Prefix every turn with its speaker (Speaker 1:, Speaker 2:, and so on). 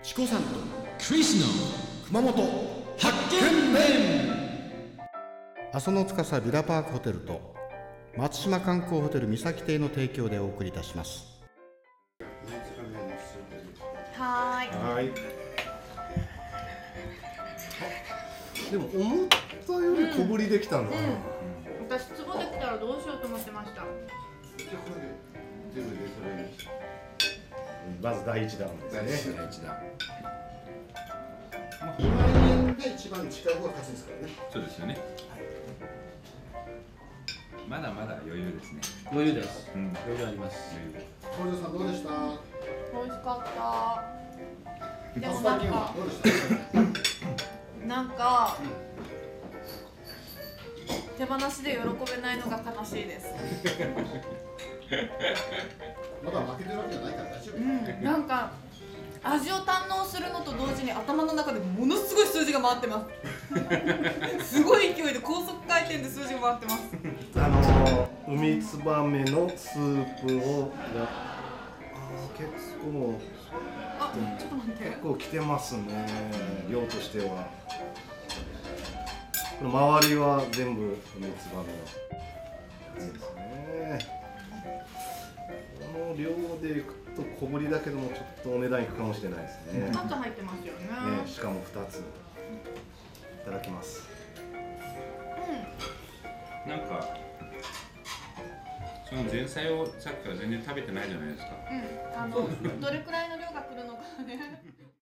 Speaker 1: チコさんとクリスの熊本発見面
Speaker 2: 阿蘇の司ビラパークホテルと松島観光ホテル三崎邸の提供でお送りいたします
Speaker 3: はーい。
Speaker 4: はい。でも思ったより小ぶりできたな。
Speaker 3: 私壺できたらどうしようと思ってました。
Speaker 4: まず第一弾ですね。
Speaker 1: 2万円が一番近い方が勝つんですからね
Speaker 5: そうですよね。まだまだ余裕ですね。
Speaker 6: 余裕です。
Speaker 5: うん
Speaker 6: 余裕あります。
Speaker 5: 余裕
Speaker 1: 東條さんどうでした
Speaker 3: 美味しかった。でも
Speaker 1: 初
Speaker 3: な
Speaker 1: 体
Speaker 3: ん
Speaker 1: 験は
Speaker 3: か、
Speaker 1: どうでした
Speaker 3: なんか。手放しで喜べないのが悲しいです。
Speaker 1: まだ負けてるわけじゃないから大丈夫
Speaker 3: うん、なんか。味を堪能するのと同時に頭の中でものすごい数字が回ってます。すごい勢いで高速回転で数字が回ってます。
Speaker 4: あのー、海ツバメのスープをや。あー結構
Speaker 3: あ、ちょっと待って
Speaker 4: 結。構来てますね。量としては。これ周りは全部海ツバメの。ですね。この量でいくと小ぶりだけどもちょっとお値段いくかもしれないですね。
Speaker 3: 二つ入ってますよね。
Speaker 4: ね、しかも二つ。いただきます。
Speaker 5: なんか、その前菜をさっきから全然食べてないじゃないですか。
Speaker 3: うん、うん、あの、どれくらいの量が来るのかね。